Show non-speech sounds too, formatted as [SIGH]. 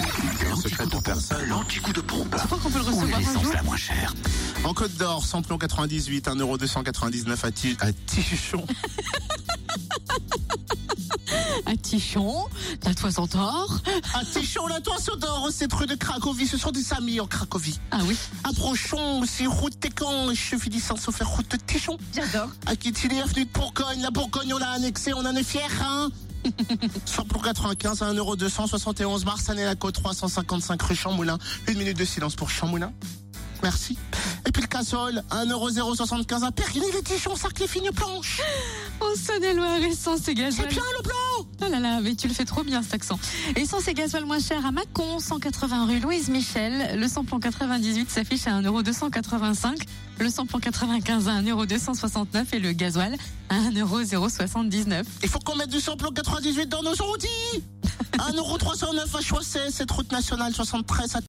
Le secret de personne. L'anti-coup de pompe. Je crois qu'on peut le Où est recevoir un l'essence jour. la moins chère En Côte d'Or, samplon 98, 1,299€ à, Ti- à Tichon. Un tichon, la toile sans tort. [LAUGHS] à Tichon, la tour d'or, cette rue de Cracovie. Ce sont des amis en Cracovie. Ah oui, Approchons, c'est route Técan et je finis sans se faire route de Tichon. j'adore. À qui il est avenue de Bourgogne. La Bourgogne, on l'a annexée, on en est fiers, hein [LAUGHS] Samplon 95 à 1,271€, Marsanet-la-Côte, 355 rue Champmoulin. Une minute de silence pour Champmoulin. Merci. Et puis le Cassol, 1,075€ à Périgny, les Tichons, Sarcliffigne, Planche. En Saône-et-Loire, essence et C'est gasoil. bien le plan Oh là là, mais tu le fais trop bien cet accent. Essence et gasoil moins cher à Mâcon, 180 rue Louise Michel. Le samplon 98 s'affiche à 1,285€. Le samplon 95 à 1,269€ et le gasoil à 1,079€. Il faut qu'on mette du samplon 98 dans nos outils 1,309€ à Choisset, cette route nationale 73 à